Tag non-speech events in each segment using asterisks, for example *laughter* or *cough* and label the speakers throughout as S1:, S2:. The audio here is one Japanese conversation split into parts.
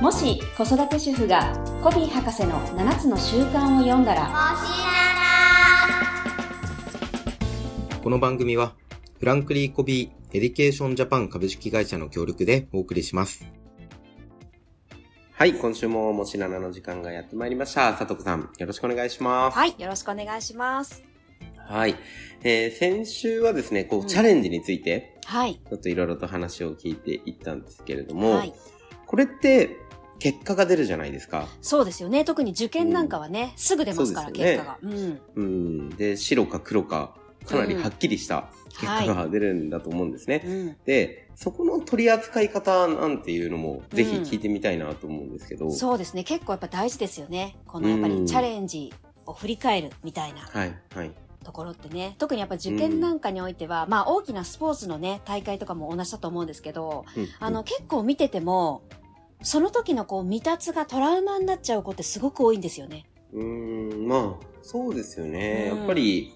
S1: もし子育て主婦がコビー博士の7つの習慣を読んだら
S2: この番組は、フランクリー・コビー・エディケーション・ジャパン株式会社の協力でお送りします。はい、今週ももちななの時間がやってまいりました。さとこさん、よろしくお願いします。
S3: はい、よろしくお願いします。
S2: はい。えー、先週はですね、こ
S3: う
S2: う、
S3: ん
S2: チャレンジについて、
S3: はい。
S2: ちょっといろいろと話を聞いていったんですけれども、
S3: はい
S2: これって、結果が出るじゃないですか。
S3: そうですよね。特に受験なんかはね、すぐ出ますから、
S2: そうです
S3: 結
S2: よ
S3: 果が。うん。
S2: うん。で、白か黒か、かなりはっきりした結
S3: は
S2: 果
S3: い。
S2: が出るんだと思うんですね。
S3: うん。
S2: で、そこの取り扱い方なんていうのも、ぜひ聞いてみたいなと思うんですけど。
S3: そうですね。結構やっぱ大事ですよね。このやっぱ
S2: う
S3: り
S2: ん
S3: チャレンジを振り返るみたいな
S2: はい、はい。
S3: ところってね。特にやっぱ受験なんかにおいては、まあ大きなスポーツのね、大会とかも同じだと思うんですけど、
S2: うん
S3: あの、、結構見てても、その時のこう、未達がトラウマになっちゃう子ってすごく多いんですよね。
S2: うん、うーんまあ、そうですよね。
S3: うん
S2: やっぱり、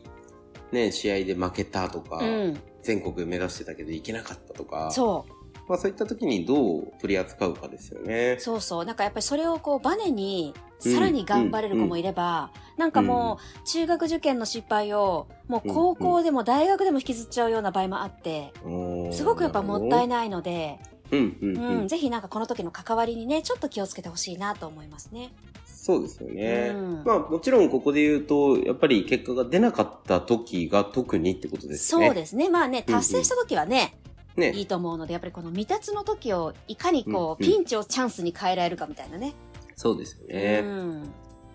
S2: ね、試合で負けたとか、
S3: うん。
S2: 全国目指してたけど行けなかったとか、
S3: そう。
S2: まあそういった時にどう取り扱うかですよね。
S3: そうそう。なんかやっぱりそれをこうバネに、さらに頑張れる子もいれば、なんかもう中学受験の失敗を、もう高校でも大学でも引きずっちゃうような場合もあって、
S2: おー
S3: すごくやっぱもったいないので、
S2: うん、うん、
S3: う、
S2: うんん。
S3: ぜひなんかこの時の関わりにね、ちょっと気をつけてほしいなと思いますね。
S2: そうですよね。
S3: うん
S2: まあもちろんここで言うと、やっぱり結果が出なかった時が特にってことですね。
S3: そうですね。まあね、
S2: うんうん
S3: 達成した時はね、
S2: す。ね。
S3: いいと思うので、やっぱりこの未達の時をいかにこう、
S2: うんうん
S3: ピンチをチャンスに変えられるかみたいなね。
S2: そうですよね。
S3: うん。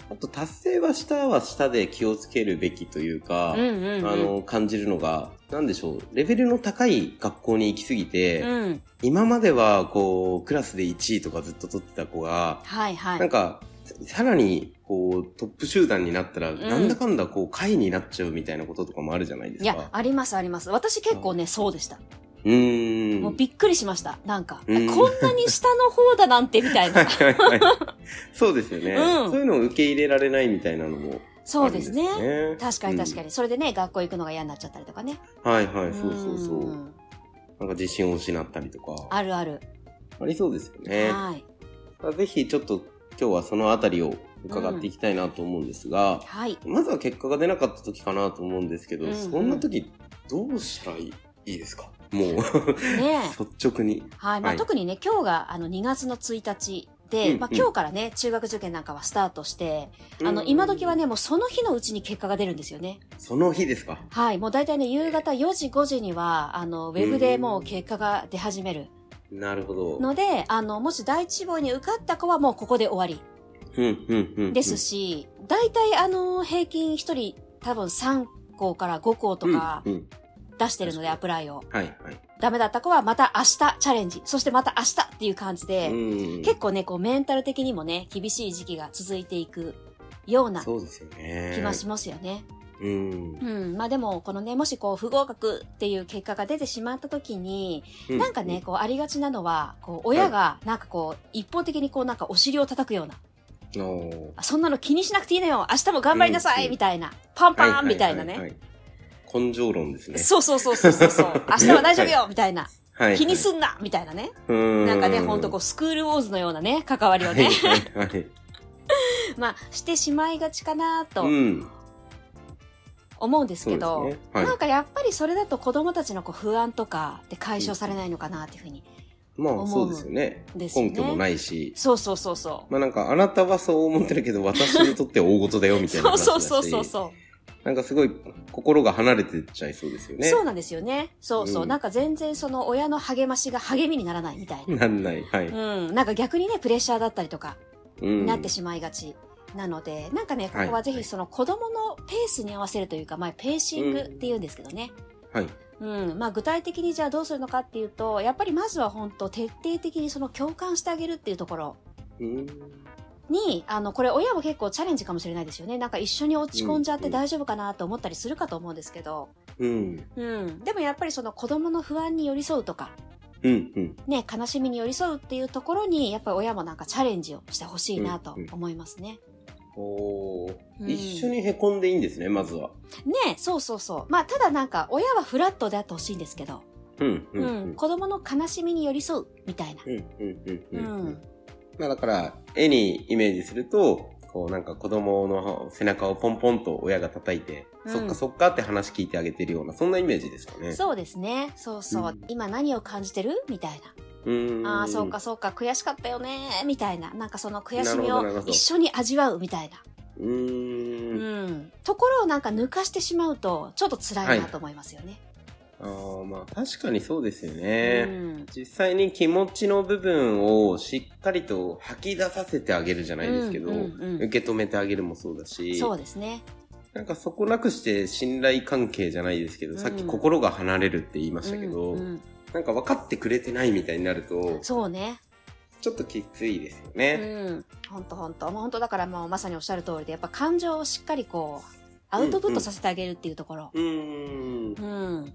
S2: あと達成はしたはしたで気をつけるべきというか、
S3: うんうん、うん。
S2: あの感じるのが何でしょうレベルの高い学校に行き過ぎて、
S3: うん。
S2: 今まではこうクラスで1位とかずっと取ってた子が、
S3: はいはい。
S2: なんかさらにこうトップ集団になったら、
S3: ん
S2: なんだかんだこう下位になっちゃうみたいなこととかもあるじゃないです
S3: い
S2: か。
S3: や、ありますあります。私結構ね、そうでした。
S2: うーん。
S3: もうびっくりしました。なんか、
S2: うん
S3: あこんなに下の方だなんてみたい
S2: *laughs*
S3: な。
S2: はいはいはいそうですよね、
S3: うん
S2: そういうのを受け入れられないみたいなのも
S3: そうですね。
S2: あるんですね
S3: 確かに確か
S2: に、
S3: に。それでね、学校行くのが嫌になっちゃったりとかね。
S2: うんはいはい、そうそうそう。
S3: ん
S2: なんか自信を失ったりとか。
S3: あるある。
S2: ありそうですよね。
S3: はい。
S2: ぜひちょっと今日はそのあたりを伺っていきたいなと思うんですが、
S3: はい。
S2: まずは結果が出なかった時かなと思うんですけど、
S3: うんうん
S2: そんな時どうしたらいいですかもう、
S3: ね
S2: 率直に。
S3: はい。まあ、
S2: はい
S3: 特にね、今日があの2月の1日で、
S2: うん
S3: まあ
S2: うん
S3: 今日からね、中学受験なんかはスタートして、あの、
S2: うん
S3: 今時は。ね、もうその日のうちに結果が出るんですよね。
S2: その日ですか
S3: はい。もう大体ね、夕方4時5時には、あの、ウェブでもう結果が出始める。
S2: なるほど。
S3: ので、あの、もし第一志望に受かった子はもうここで終わ
S2: うんうんうんう
S3: り
S2: ん
S3: ですし、大体あの、平均一人多分3校から5校とか
S2: うんうん
S3: 出してるので、アプライを。
S2: はいはい。
S3: ダメだった子はまた明日チャレンジ、そしてまた明日っていう感じで、
S2: うん
S3: 結構ね、こうメンタル的にもね、厳しい時期が続いていくような
S2: そうですよね。
S3: 気がしますよね。
S2: うん。
S3: うん。まあでも、このね、もしこう不合格っていう結果が出てしまった時に、
S2: う
S3: なんかね、、こうありがちなのは、こう親がなんかこう一方的にこうなんかお尻を叩くような、
S2: おー
S3: あそんなの気にしなくていいのよ明日も頑張りなさ
S2: うんう
S3: い
S2: ん
S3: みたいな、パンパンみたいな
S2: ははは
S3: ね。
S2: は。根性論ですね。
S3: そうそうそうそうそう
S2: *laughs*
S3: そう。明日は大丈夫よみたいな。
S2: はいはい
S3: 気にすんなみたいなね。
S2: うん
S3: なんかね、ほんとこう、スクールウォーズのようなね、関わりをね、
S2: はいはいはい。
S3: まあ、してしまいがちかなと
S2: うん。
S3: 思うんですけ
S2: そう
S3: ど、
S2: ですねはい
S3: なんかやっぱりそれだと子供たちのこう不安とかって解消されないのかなっていうふうに。
S2: ま
S3: 思
S2: あ
S3: う
S2: そうですよね。
S3: ですよね
S2: 根拠もないし。
S3: そうそうそうそ
S2: まあなんかあなたはそう思ってるけど私にとっては大事だよみ
S3: う。
S2: たいな
S3: そう
S2: 話だし。
S3: そうそうそうそう。
S2: なんかすごい心が離れてっちゃいそうですよね。
S3: そうなんですよね。そうそう。
S2: うん
S3: なんか全然その親の励ましが励みにならないみたいな。
S2: なんない。はい。
S3: うん。なんか逆にね、プレッシャーだったりとか、
S2: うん
S3: になってしまいがち。なので、なんかね、こ
S2: はい
S3: こはぜひその子供のペースに合わせるというか、まあ、ペーシングっていうんですけどね。
S2: はい。
S3: うん。まあ、具体的にじゃあどうするのかっていうと、やっぱりまずは本当徹底的にその共感してあげるっていうところ
S2: うん
S3: に、あの、これ親も結構チャレンジかもしれないですよね。なんか一緒に落ち込んじゃっ
S2: うんう
S3: て
S2: ん
S3: 大丈夫かなと思ったりするかと思うんですけど、
S2: うん。
S3: うん。でもやっぱりその子供の不安に寄り添うとか、
S2: うん。うん。
S3: ね、悲しみに寄り添うっていうところに、やっぱり親もなんかチャレンジをしてほしいなと
S2: うんうん
S3: 思いますね。
S2: おー
S3: うん
S2: 一緒に凹んでいいんですね、まずは。
S3: ねそうそうそう。まあ、ただなんか、親はフラットであってほしいんですけど、
S2: うん。
S3: うん、子供の悲しみに寄り添う、みたいな。
S2: うん。うん。うん。うん。
S3: うん。
S2: うん。まあだから、絵にイメージすると、こうなんか子供の背中をポンポンと親が叩いて、
S3: うん
S2: そっかそっかって話聞いてあげてるような、そんなイメージですかね。
S3: そうですね。そうそう。
S2: うん
S3: 今何を感じてるみたい
S2: うん。
S3: な。ああ、そうか。そうか。悔しかったよね。みたいな。なんかその悔しみ
S2: なるほどなるほ
S3: を
S2: ど
S3: 一緒に味わうみたいな。
S2: うー。
S3: うんん。ところをなんか抜かしてしまうと、ちょっと辛いなと思いますよね。
S2: あーまあ確かにそうですよ
S3: う
S2: ね。
S3: ん。
S2: 実際に気持ちの部分をしっかりと吐き出させてあげるじゃないですけど、
S3: うんうんうん
S2: 受け止めてあげるもそうだし、
S3: そうですね。
S2: なんかそこなくして信頼関係じゃないですけど、
S3: うん
S2: さっき心が離れるって言いましたけど、
S3: うんうん
S2: なんか分かってくれてないみたいになると、
S3: そうね。
S2: ちょっときついですよ
S3: う
S2: ね。
S3: ん。ほんとほんと。もうほんとだからもうまさにおっしゃる通りで、やっぱ感情をしっかりこう、アウトプットさせてあげるっていうところ。
S2: うーん。
S3: うん。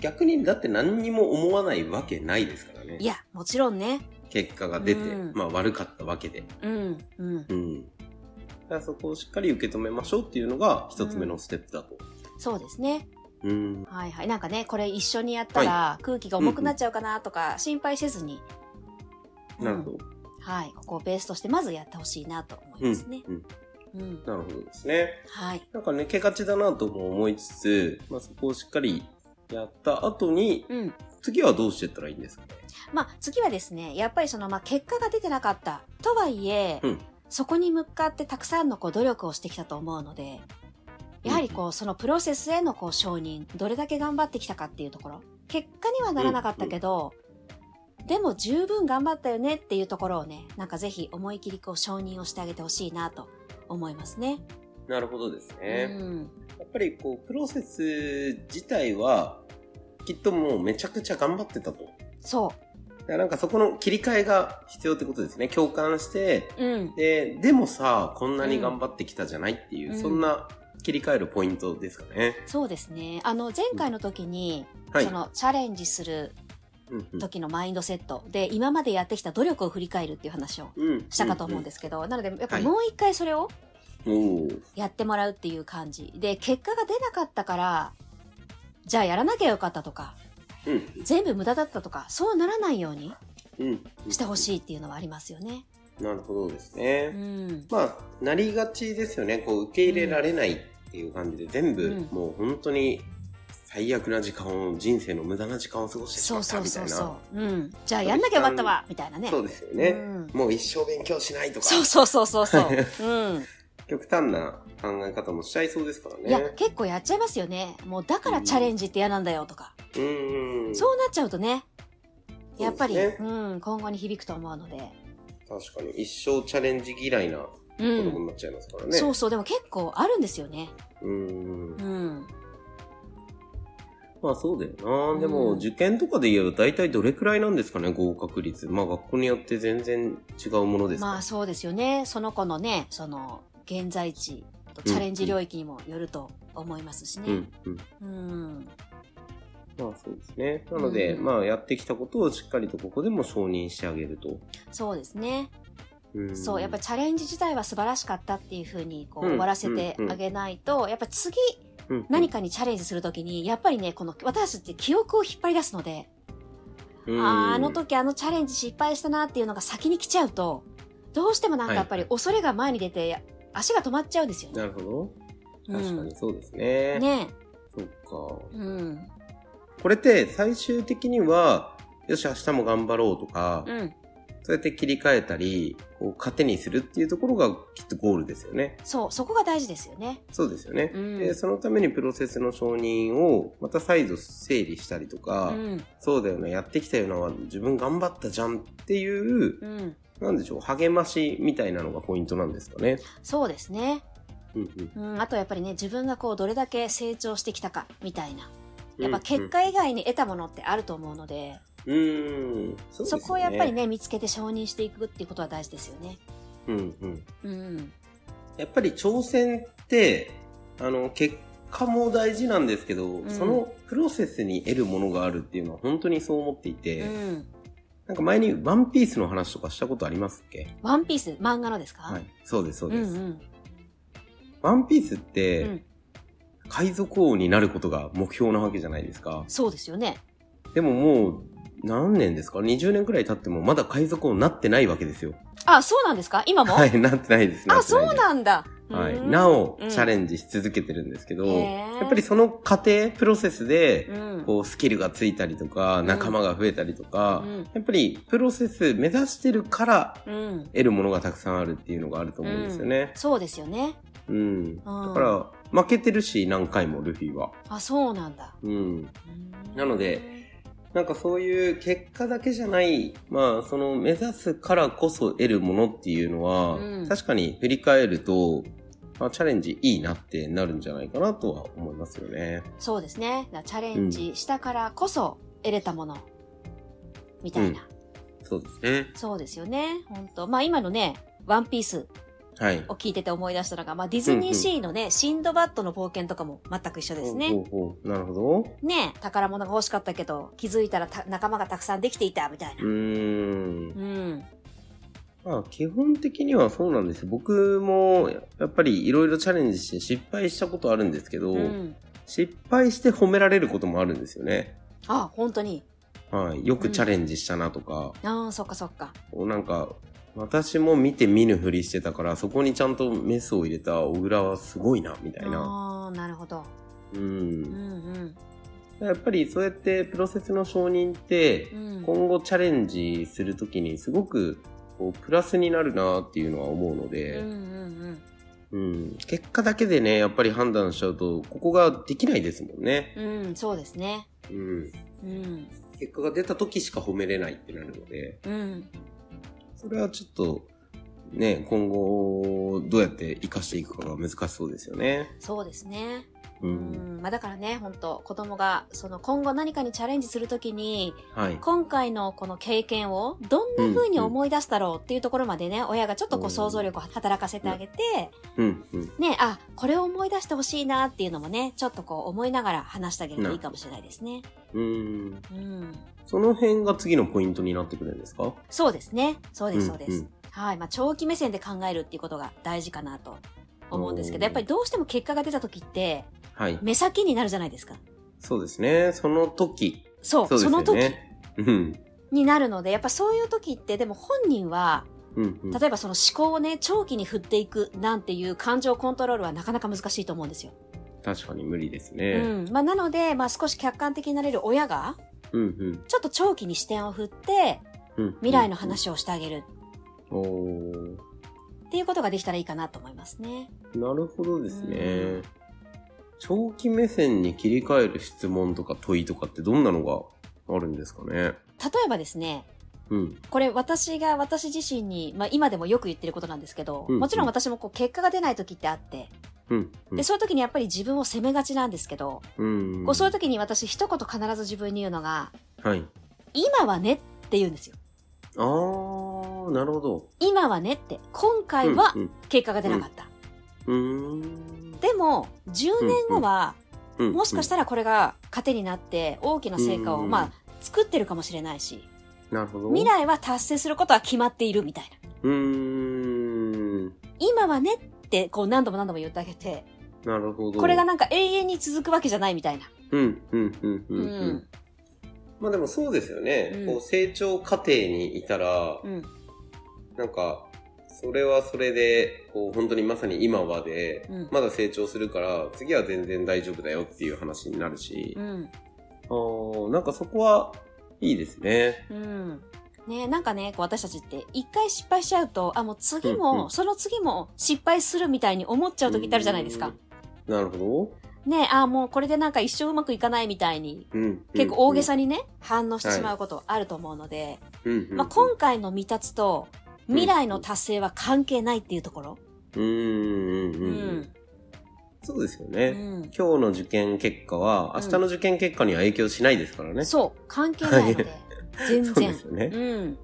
S2: 逆にだって何にも思わないわけないですからね
S3: い。や、もちろんね。
S2: 結果が出て、
S3: うん
S2: まあ悪かったわけで。
S3: うん。うん。
S2: うん。だからそこをしっかり受け止めましょうっていうのが一つ目のステップだと。
S3: そうですね。
S2: うん。
S3: はいはい。なんかね、これ一緒にやったら空気が重くなっちゃうかなとか心配せずに、
S2: なるほど。
S3: はい。ここをベースとしてまずやってほしいなと思
S2: う
S3: い
S2: ん。
S3: ますね。
S2: うん
S3: うん。
S2: なるほどですね。
S3: はい。
S2: なんか抜けがちだなとも思いつつ、まあそこをしっかりやった後に、
S3: うん。
S2: 次はどうしてったらいいんですかね。
S3: まあ、次はですね、やっぱりその、まあ、結果が出てなかった。とはいえ、
S2: うん
S3: そこに向かってたくさんのこう努力をしてきたと思うので、やはりこう、そのプロセスへのこう承認、どれだけ頑張ってきたかっていうところ。結果にはならなかったけど、でも十分頑張ったよねっていうところをね、なんかぜひ思い切りこう承認をしてあげてほしいなと思いますね。
S2: なるほどです
S3: う
S2: ね。
S3: ん。
S2: やっぱりこう、プロセス自体は、きっともうめちゃくちゃ頑張ってたと。
S3: そ
S2: だからなんかそこの切り替えが必要ってことですね。共感して、
S3: う。うん。
S2: で、でもさ、こんなに頑張ってきたじゃないっていう、
S3: うん
S2: そんな切り替えるポイントですかね。
S3: そうですね。あの、前回の時に、
S2: はい
S3: そ。の、チャレンジする
S2: うんうん
S3: 時のマインドセットで今までやってきた努力を振り返るっていう話を
S2: うん
S3: したかと思うんですけど、なのでやっぱもう一回それを
S2: うんうんおー
S3: やってもらうっていう感じで結果が出なかったからじゃあやらなきゃよかったとか
S2: うん
S3: 全部無駄だったとかそうならないように
S2: うんうん
S3: してほしいっていうのはありますよね。
S2: なるほどですね。
S3: うん、
S2: まあ、なりがちですよね。こう、受け入れられないっていう感じで、全部、
S3: うん
S2: もう本当に、最悪な時間を、人生の無駄な時間を過ごしてしま
S3: そう
S2: った
S3: そう
S2: みたい
S3: そ
S2: な。
S3: うそう、うん、じゃあやんなきゃよかったわみたいなね
S2: そうですよね。
S3: うん
S2: もう一生勉強しないとか、
S3: そうそうそうそうそう、う
S2: *laughs*
S3: ん、
S2: 極端な考え方もしちゃいそうですからね。
S3: いや結構やっちゃいますよねもうだからチャレンジって嫌なんだよとか、
S2: うんうん。
S3: そうなっちゃうとねやっぱり
S2: そう
S3: う,、
S2: ですね
S3: ん、今後に響くと思うので。
S2: 確かに、一生チャレンジ嫌いな子
S3: う
S2: 供
S3: ん。
S2: になっちゃいますからね。
S3: そうそう、でも結構あるんですよね。
S2: うん
S3: う。ん。
S2: まあそうだよな。で
S3: う
S2: も、
S3: ん
S2: 受験とかで言えば大体どれくらいなんですかね、合格率。まあ学校によって全然違うものですか
S3: まあそうですよね。その子のね、その、現在地とチャレンジ領域にもよると思いますし
S2: う
S3: ね。
S2: ん、うん。
S3: うん。
S2: まあそうですね。なので、
S3: うん
S2: まあやってきたことをしっかりとここでも承認してあげると。
S3: そうですね。
S2: うん
S3: そう、やっぱチャレンジ自体は素晴らしかったっていうふうに、こう、
S2: うん
S3: 終わらせてあげないと、やっぱ次、
S2: うん
S3: 何かにチャレンジするときに、やっぱりね、この、私たちって記憶を引っ張り出すので、
S2: うん
S3: あーあの時あのチャレンジ失敗したなっていうのが先に来ちゃうと、どうしてもなんかやっぱり恐れが前に出て、足が止まっちゃうんですよね。
S2: なるほど。
S3: うん
S2: 確かにそうですね。
S3: ね
S2: そっか。
S3: え。うん。
S2: これって最終的には、よし、明日も頑張ろうとか、
S3: うん。
S2: そうやって切り替えたり、こう、糧にするっていうところがきっとゴールですよね。
S3: そう、そこが大事ですよね。
S2: そうですよね。
S3: うん
S2: で、そのためにプロセスの承認を、また再度整理したりと
S3: う
S2: か、
S3: ん。
S2: そうだよね、やってきたようなは自分頑張ったじゃんっていう
S3: うん。
S2: なんでしょう、励ましみたいなのがポイントなんですかね。
S3: そうですね。
S2: うんうん。
S3: うん。あとやっぱりね、自分がこう、どれだけ成長してきたか、みたいな。やっぱ
S2: う
S3: 結
S2: ん
S3: 果以外に得たものってあると思うので、
S2: うん、うんそ
S3: そこをやっぱり
S2: ね。
S3: ね、見つけて承認していくっていうことは大事ですよね。
S2: うんうん。
S3: うん。
S2: やっぱり挑戦って、あの、結果も大事なんですけど、
S3: ん
S2: そのプロセスに得るものがあるっていうのは本当にそう思っていうて、
S3: ん。
S2: なんか前にワンピースの話とかしたことありますっけ
S3: ワンピース、漫画のですか
S2: はい。そうです、そう
S3: う
S2: で
S3: ん
S2: す。
S3: うん。
S2: ワンピースっ
S3: う
S2: て、
S3: ん。
S2: 海賊王になることが目標なわけじゃないですか。
S3: そうですよね。
S2: でももう、何年ですか ?20 年くらい経ってもまだ海賊王になってないわけですよ。
S3: あ、そうなんですか今も、
S2: はい、なってないですね。
S3: あ、そ
S2: な
S3: う
S2: っていです
S3: なんだ。
S2: はい。
S3: うん
S2: なお、チャ
S3: ン
S2: レンジし続けてるんですけど、
S3: へー
S2: やっぱりその過程、プロセスで、
S3: うん
S2: こう、スキルがついたりとか、
S3: ん
S2: 仲間が増えたりとか、
S3: うん
S2: やっぱり、プロセス目指してるから、
S3: うん。
S2: 得るものがたくさんあるっていうのがあると思うんですよね。
S3: そうですよね。
S2: うん。
S3: うん
S2: だから、負けてるし、何回もルフィは。
S3: あ、そうなんだ。
S2: うん。
S3: うん
S2: なので、なんかそういう結果だけじゃない、まあその目指すからこそ得るものっていうのは、
S3: うん
S2: 確かに振り返ると、あ、チャレンジいいなってなるんじゃないかなとは思いますよね。
S3: そうですね。だからチャレンジしたからこそ得れたもの。みたいな。
S2: そうですね。
S3: そうですよね。本当まあ今のね、ワンピース
S2: はい。
S3: を聞いてて思い出したのが、まあディズニーシーのね、シンドバッドの冒険とかも全く一緒です
S2: ほ
S3: ね。
S2: うほうなるほど。
S3: ね宝物が欲しかったけど、気づいたらた仲間がたくさんできていた、みたいうな。
S2: ーん
S3: う。ん。
S2: まあ基本的にはそうなんです。僕もやっぱりいろいろチャレンジして失敗したことあるんですけど、
S3: うん。
S2: 失敗して褒められることもあるんですよね。
S3: あ、本当に。
S2: はい。よくチャレンジしたなとか、
S3: ああ、そっかそっか。
S2: なんか、私も見て見ぬふりしてたから、そこにちゃんとメスを入れた小倉はすごいな、みたいな。
S3: ああ、なるほど。
S2: う
S3: うん
S2: ん。
S3: うん。
S2: やっぱりそうやってプロセスの承認って
S3: う、ん。
S2: 今後チャレンジするときにすごくこうプラスになるなっていうのは思うの
S3: うんう
S2: で、
S3: ん
S2: うん。結果だけでね、やっぱり判断しちゃうと、ここができないですもんね。
S3: うん。うん、そうですね。
S2: うん。
S3: うん。
S2: 結果が出たときしか褒めれないってなるので、
S3: うん。
S2: それはちょっと、ね、今後、どうやって活かしていくかが難しそうですよね。
S3: そうですね。
S2: う。
S3: うんん。まあだからね、本当子供が、その今後何かにチャレンジするときに、
S2: はい。
S3: 今回のこの経験をどんな風に思い出すだろうっていうところまでね、親がちょっとこう想像力を働かせてあげて、
S2: うん、うん。
S3: ね、あ、これを思い出してほしいなっていうのもね、ちょっとこう思いながら話してあげるといいかもしれないですね。
S2: うん。
S3: うん。
S2: その辺が次のポイントになってくるんですか
S3: そうですね。そうです、そうです。
S2: うんうん
S3: はい。まあ、長期目線で考えるっていうことが大事かなと思うんですけ
S2: おー
S3: ど、やっぱりどうしても結果が出た時って、
S2: はい。
S3: 目先になるじゃないですか。
S2: そうですね。その時。
S3: そう、
S2: そう
S3: そ
S2: ですよ
S3: の時
S2: ね。うん。
S3: になるので、やっぱそういう時って、でも本人は、
S2: うん、うん。
S3: 例えばその思考をね、長期に振っていくなんていう感情コントロールはなかなか難しいと思うんですよ。
S2: 確かに無理です
S3: う
S2: ね。
S3: ん。まあ、なので、まあ、少し客観的になれる親が、
S2: うん、うん。
S3: ちょっと長期に視点を振って、
S2: うん
S3: 未来の。話をしてあげる
S2: おー
S3: っていうことができたらいいかなと思いますね。
S2: なるほどです
S3: う
S2: ね
S3: ん。
S2: 長期目線に切り替える質問とか問いとかってどんなのがあるんですかね
S3: 例えばですね、
S2: うん。
S3: これ私が私自身に、まあ、今でもよく言ってることなんですけど、
S2: うん
S3: もちろん私もこう結果が出ない時ってあって、
S2: うん。うん
S3: で、そういう時にやっぱり自分を責めがちなんですけど、
S2: うん。
S3: こうそういう時に私一言必ず自分に言うのが、
S2: はい。
S3: 今はねって言うんですよ。
S2: あー、なるほど。
S3: 今はねって、今回は
S2: うん
S3: 結果が出なかった。
S2: うん。う
S3: でも、10年後は、
S2: ーん
S3: もしかしたらこれが糧になって大きな成果
S2: う
S3: を、
S2: ん
S3: まあ、作ってるかもしれないし、
S2: なるほど。
S3: 未来は達成することは決まっているみたいう
S2: ーん。
S3: な。今はねって、こう何度も何度も言ってあげて、
S2: なるほど。
S3: これがなんか永遠に続くわけじゃないみたいな。
S2: うん、うん、うん、う。
S3: うん
S2: うん。まあでもそうですよね。
S3: うん
S2: こう成長過程にいたら、
S3: うん。
S2: なんか、それはそれで、こう本当にまさに今はで、
S3: うん
S2: まだ成長するから、次は全然大丈夫だよっていう話になるし
S3: う、ん。
S2: あーなんかそこはいいですね。
S3: うん。ねなんかね、こう私たちって、一回失敗しちゃうと、あ、もう次も、
S2: うんうん
S3: その次も失敗するみたいに思っちゃう時ってあるじゃないですか。
S2: うん。なるほ
S3: ねあ、もうこれでなんか一生うまくいかないみたいに、
S2: ど。うん。
S3: 結構大げ
S2: に、
S3: さにね、反応してしまうことあると思うので、
S2: うんうんうん
S3: まあ、今回の未達と、
S2: うん
S3: 未来の達成は関係ないっていうところ。
S2: うんうん
S3: う
S2: うんうん。
S3: ん。
S2: そうですよ
S3: う
S2: ね。
S3: ん。
S2: 今日の受験結果は、
S3: うん
S2: 明日の受験結果には影響しないですからね。
S3: そう、関係ないの
S2: *laughs*
S3: で、全
S2: そうで
S3: 然
S2: す。よね。
S3: うん。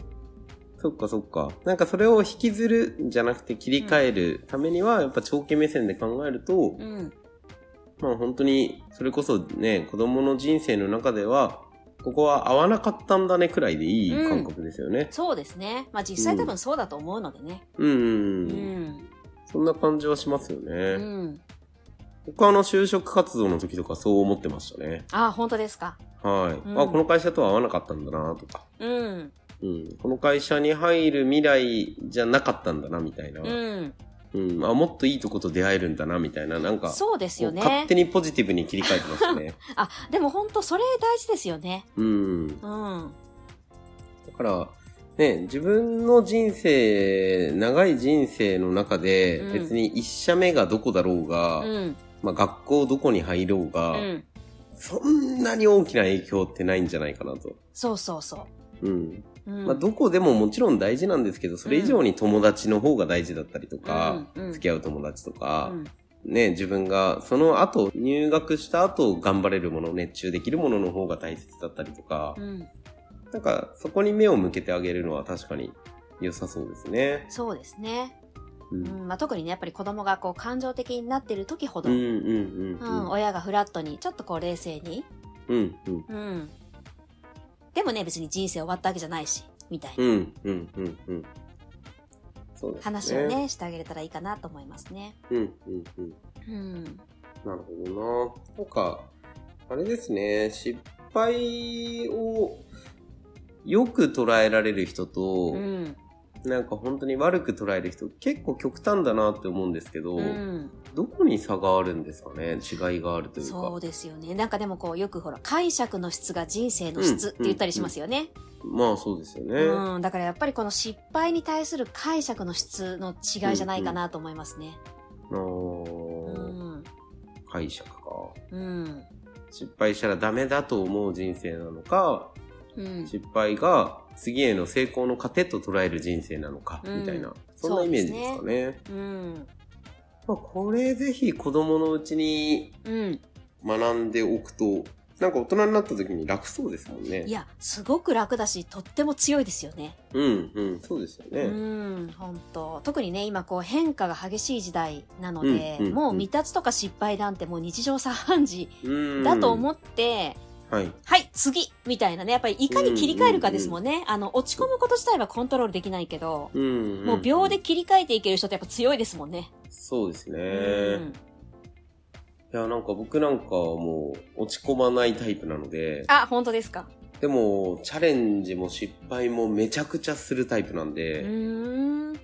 S2: そっかそっか。なんかそれを引きずるんじゃなくて切り替えるためには、やっぱ長期目線で考えると、
S3: うん。
S2: まあ本当に、それこそね、子供の人生の中では、ここは合わなかったんだねくらいでいい感覚ですよね。
S3: そうですね。まあ、実際多分そうだと思うのでね。
S2: うん。
S3: うんん。
S2: そんな感じはしますよね。
S3: うん。
S2: 僕はあの就職活動の時とかそう思ってましたね。
S3: あ、本当ですか。
S2: はい、
S3: うん
S2: あこの会社とは合わなかったんだなとか、
S3: うん。
S2: うん、この会社に入る未来じゃなかったんだなみたいな、
S3: うん。
S2: うんあもっといいとこと出会えるんだなみたいななんか
S3: そうですよ
S2: こう勝
S3: ね
S2: 手。にポジティブに切り替えてます *laughs* ね。
S3: あ、でも本当それ大事ですよね。
S2: うん、だ
S3: うん。
S2: から、ね、自分の人生長い人生の中で、
S3: うん
S2: 別に一社目がどこだろうが、
S3: うん。
S2: まあ、学校どこに入ろう
S3: う
S2: が、
S3: ん。
S2: そんなに大きな影響ってないんじゃないかなと。
S3: そうそうそ
S2: うん
S3: う。うん。
S2: まあ、どこでももちろん大事なんですけどそれ以上に友達の方が大事だったりとか、
S3: うんうん
S2: 付き合う友達と
S3: う
S2: か、
S3: ん。
S2: ね、自分がその後入学した後頑張れるもの熱中できるものの方が大切だったりとか
S3: う、ん。
S2: なんかそこに目を向けてあげるのは確かに良さそうですね。
S3: そうですね。
S2: う
S3: うんん。まあ、特にね、やっぱり子供がこう感情的になってる時ほ
S2: う
S3: ど、
S2: んう
S3: うん。
S2: んうん
S3: 親がフラットに、ちょっとこう冷静に。
S2: うんうん
S3: うん。でもね、別に人生終わったわけじゃないし、みたいな
S2: うんうんうんうんそうですね。
S3: 話をね、してあげれたらいいかなと思いますね。
S2: うんうんうん
S3: うん。
S2: なるほどな。なんか、あれですね、失敗をよく捉えられる人と、
S3: うん。
S2: なんか本当に悪く捉える人、結構極端だなって思うんですけど、
S3: うん。
S2: どこに差があるんですかね違いがあるというか。
S3: そうですよね。なんかでもこう、よくほら、解釈の質が人生の質って言ったりしますよね。
S2: まあそうですよね。
S3: うん。だからやっぱりこの失敗に対する解釈の質の違いじゃないかなと思いますね。
S2: あ
S3: う
S2: ー
S3: ん。
S2: 解釈か。
S3: うん。
S2: 失敗したらダメだと思う人生なのか、
S3: うん。
S2: 失敗が次への成功の糧と捉える人生なのか、みたいな、
S3: うん
S2: そんなイメージですかね。
S3: うん。
S2: まあ、これぜひ子供のうちに
S3: うん。
S2: 学んでおくと、なんか大人になった時に楽そうですもんね。
S3: いや、すごく楽だし、とっても強いですよね。
S2: うんうん、そうですよね。
S3: うん、本当。特にね、今こう変化が激しい時代なので、
S2: うんうんうん
S3: もう未達とか失敗なんてもう日常茶飯事
S2: うん
S3: だと思って、
S2: はい。
S3: はい、次みたいなね、やっぱりいかに切り替えるかですもんね。あの、落ち込むこと自体はコントロールできないけど、
S2: うんん
S3: もう秒で。切り替えていける人ってやっぱ強いですもんね。
S2: そうですね。
S3: うん
S2: いや、なんか僕なんかはもう落ち込まないタイプなので、
S3: あ、本当ですか。
S2: でもチャレンジも失敗もめちゃくちゃするタイプなん
S3: う
S2: で、
S3: ーん。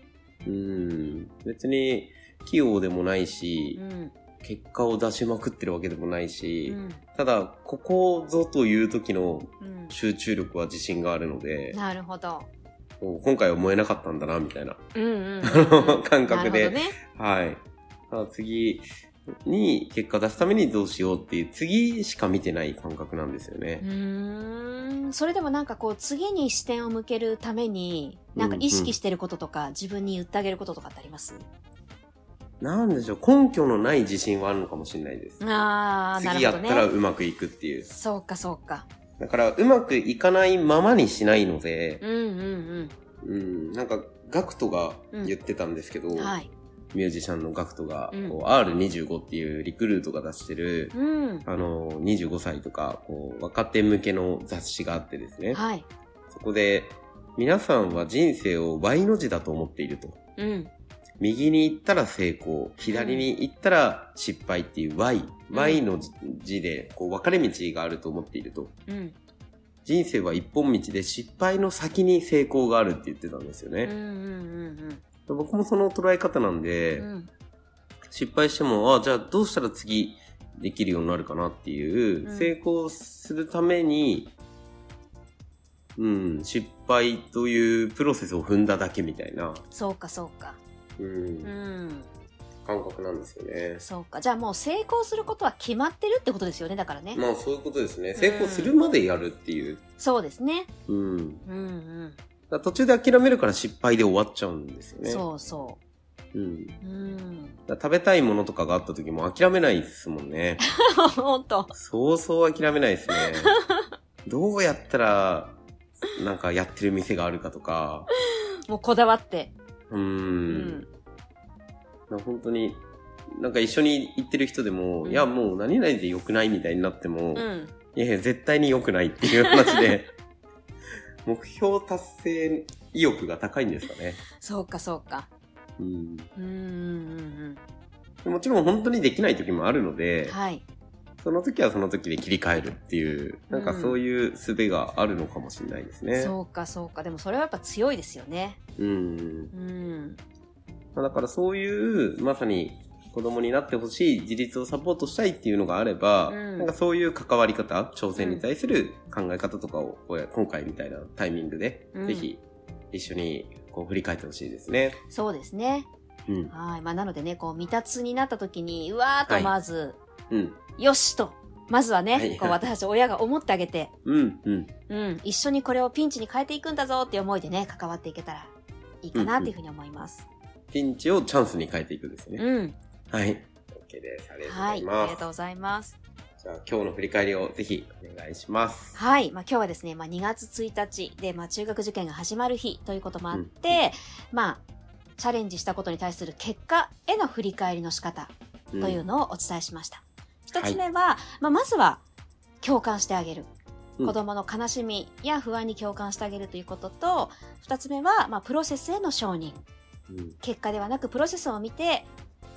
S2: うん、別に器用でもないし
S3: う、ん。
S2: 結果を出しまくってるわけでもないうし、
S3: ん。
S2: ただ、ここぞという時の
S3: うん
S2: 集中力は自信があるので、
S3: なるほど。
S2: こう今回は燃えなかったんだな、みたいな
S3: うんうんうん。
S2: *laughs* 感
S3: な
S2: 覚
S3: るほ
S2: で。
S3: どね。
S2: はい。ただ次に結果出すためにどうしようっていう、次しか見てない感覚なんですよ
S3: う
S2: ね。
S3: ーんそれでもなんかこう次に視点を向けるためになんか意識してることとか、自分に言ってあげることとかってあります
S2: なんでしょう、根拠のない自信はあるのかもしれないです。
S3: ああな
S2: 次
S3: る
S2: や
S3: ほ
S2: っ
S3: ど
S2: たら
S3: ね
S2: うまくいくっていう。
S3: そうかそうか
S2: だから、うまくいかないままにしないので
S3: う、んうん
S2: うん、なんか、ガクトが言ってたんですけど、
S3: うんはい
S2: ミュージシャンのガクトが、
S3: うん
S2: こう R25 っていうリクルートが出してる、
S3: うん
S2: あの、25歳とか、こう、若手向けの雑誌があってですね、
S3: はい
S2: そこで、皆さんは人生を Y の字だと思っていると。
S3: うん
S2: 右に行ったら成功、左に行ったら失敗っていう Y、Y の字で、こう、分かれ道があると思っていると。
S3: うん
S2: 人生は一本道で失敗の先に成功があるって言ってたんですよ
S3: うんうん
S2: ね。
S3: うん
S2: 僕もその捉え方なんで、
S3: うんうん
S2: 失敗しても、あ、じゃあどうしたら次できるようになるかなっていう、
S3: うん
S2: 成功するために、うん、失敗というプロセスを踏んだだけみたいな、
S3: そうかそうか
S2: うん
S3: うん
S2: 感覚なんですよね。
S3: そうかじゃあもう成功することは決まってるってことですよねだからね、
S2: まあそういうことですね。
S3: ん
S2: 成功するまでやるっていう。
S3: そうですね
S2: うん。だか
S3: うんうん、
S2: ら途中で諦めるから失敗で終わっちゃうんですよね。
S3: そうそ
S2: うん。だか
S3: ううん *laughs*
S2: ら食べたいものとかがあった時も諦めないですも
S3: *laughs*
S2: んね。
S3: ほんと
S2: そうそう諦めないですね。どうやったら、なんかやってる店があるかとか、
S3: もうこだわって
S2: うー。
S3: うん
S2: なんか本当に、なんか一緒に行ってる人でも、
S3: うん
S2: いや、もう何々で良くないみたいになって
S3: う
S2: も、
S3: ん
S2: いやいや、絶対に良くないっていう話で、 *laughs* 目標達成意欲が高いんですかね。
S3: そうかそうか
S2: うん。
S3: うんうんうん
S2: もちろん本当にできない時もあるので、
S3: うんはい
S2: その時はその時で切り替えるっていう、なんかそういう術があるのかもしれないですね。
S3: そうかそうかでもそれはやっぱ強いですよね
S2: うん。
S3: うん
S2: まあだからそういう、まさに子供になってほしい、自立をサポートしたいっていうのがあれば、
S3: うん
S2: なんかそういう関わり方、挑戦に対する考え方とかを、こうや今回みたいなタイミングで、
S3: うん
S2: ぜひ一緒にこう振り返ってほしいですね。
S3: そうですね
S2: うん。
S3: はいまあなのでねこう未達になった時にうわーっ
S2: は
S3: と
S2: い
S3: まず、
S2: うん。
S3: よしとまずはね、
S2: はい
S3: こう私たち親が思ってあげて
S2: うん。うん。
S3: うん、一緒にこれをピンチに変えていくんだぞっていう思いでね、関わっていけたらいいかなっていうふうに思います。
S2: ピンチをチャンスに変えていくんです
S3: うん、
S2: ね。はい。OK です。ありがとうご
S3: はい
S2: ざい、
S3: あり
S2: ま
S3: が
S2: す。
S3: とうございます。
S2: じゃあ今日の振り返りをぜひお願いします。
S3: はい、まあ今日はですね、まあ2月1日で、まあ中学受験が始まる日ということもあって、まあ、チャレンジしたことに対する結果への振り返りの仕方
S2: と
S3: というのをお伝えしました。一、つ目は、まあまずは共感してあげる。
S2: うん
S3: 子供の悲しみや不安に共感してあげるということと、二つ目は、まあプロセスへの承認。
S2: うん。
S3: 結果ではなくプロセスを見て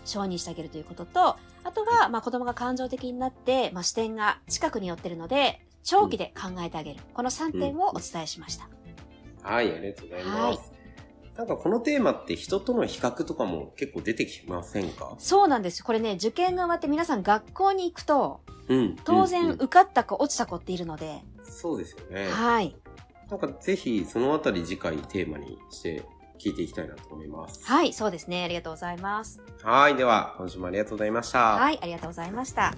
S3: 承認してあげるということと、あとは、まあ、子供が感情的になって、まあ、視点が近くに寄ってるので、長期で考えてあげる。この3点をお伝えしました。
S2: はい、ありがとうございます。なんかこのテーマって人との比較とかも結構出てきませんか
S3: そうなんです。これね、受験が終わって皆さん学校に行くと、
S2: うん。
S3: 当
S2: うん
S3: 然
S2: うん
S3: 受かった子、落ちた子っているので、
S2: そうですよね。
S3: はい。
S2: なんかぜひそのあたり次回テーマにして聞いていきたいなと思います。
S3: はい、そうですね。ありがとうございます。
S2: はい、では今週もありがとうございました。
S3: はい、ありがとうございました。